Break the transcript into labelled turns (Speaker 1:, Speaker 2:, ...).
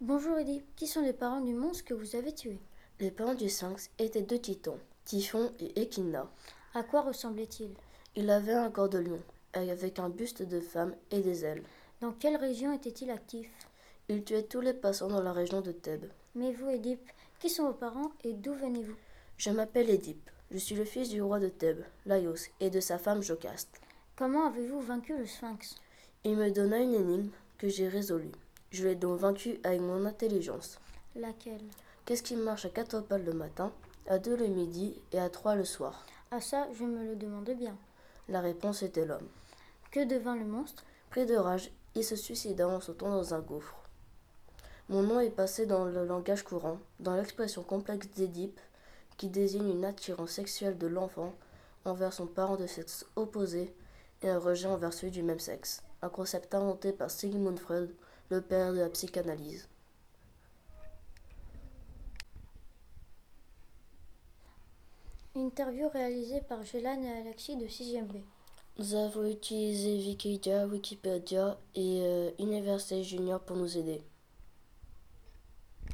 Speaker 1: Bonjour Eddie, qui sont les parents du monstre que vous avez tué
Speaker 2: Les parents du sphinx étaient deux titans, Typhon et Echidna.
Speaker 1: À quoi ressemblait-il
Speaker 2: Il avait un corps de lion, avec un buste de femme et des ailes.
Speaker 1: Dans quelle région était-il actif
Speaker 2: Il tuait tous les passants dans la région de Thèbes.
Speaker 1: Mais vous, Édipe, qui sont vos parents et d'où venez-vous
Speaker 2: Je m'appelle Édipe. Je suis le fils du roi de Thèbes, Laios, et de sa femme Jocaste.
Speaker 1: Comment avez-vous vaincu le sphinx
Speaker 2: Il me donna une énigme que j'ai résolue. Je l'ai donc vaincu avec mon intelligence.
Speaker 1: Laquelle
Speaker 2: Qu'est-ce qui marche à quatre pas le matin, à deux le midi et à trois le soir
Speaker 1: Ah ça, je me le demande bien.
Speaker 2: La réponse était l'homme.
Speaker 1: Que devint le monstre
Speaker 2: Pris de rage, il se suicida en sautant dans un gouffre. Mon nom est passé dans le langage courant, dans l'expression complexe d'Édipe, qui désigne une attirance sexuelle de l'enfant envers son parent de sexe opposé et un rejet envers celui du même sexe, un concept inventé par Sigmund Freud, le père de la psychanalyse.
Speaker 1: Interview réalisée par Gélan et Alexis de 6ème B.
Speaker 2: Nous avons utilisé Wikidia, Wikipédia et euh, Université Junior pour nous aider.